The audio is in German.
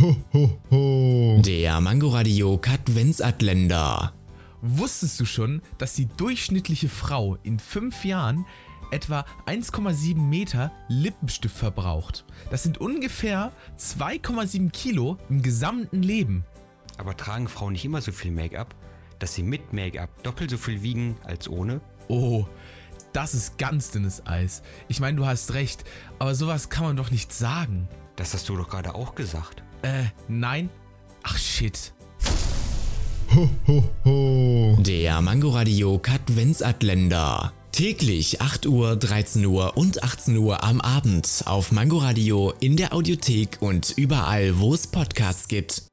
Ho, ho, ho. Der Mangoradio Katwensatländer. Wusstest du schon, dass die durchschnittliche Frau in fünf Jahren etwa 1,7 Meter Lippenstift verbraucht? Das sind ungefähr 2,7 Kilo im gesamten Leben. Aber tragen Frauen nicht immer so viel Make-up, dass sie mit Make-up doppelt so viel wiegen als ohne? Oh, das ist ganz dünnes Eis. Ich meine, du hast recht, aber sowas kann man doch nicht sagen. Das hast du doch gerade auch gesagt. Äh, nein? Ach shit. Ho, ho, ho. Der Mangoradio Katwensatländer. Täglich 8 Uhr, 13 Uhr und 18 Uhr am Abend auf Mangoradio in der Audiothek und überall, wo es Podcasts gibt.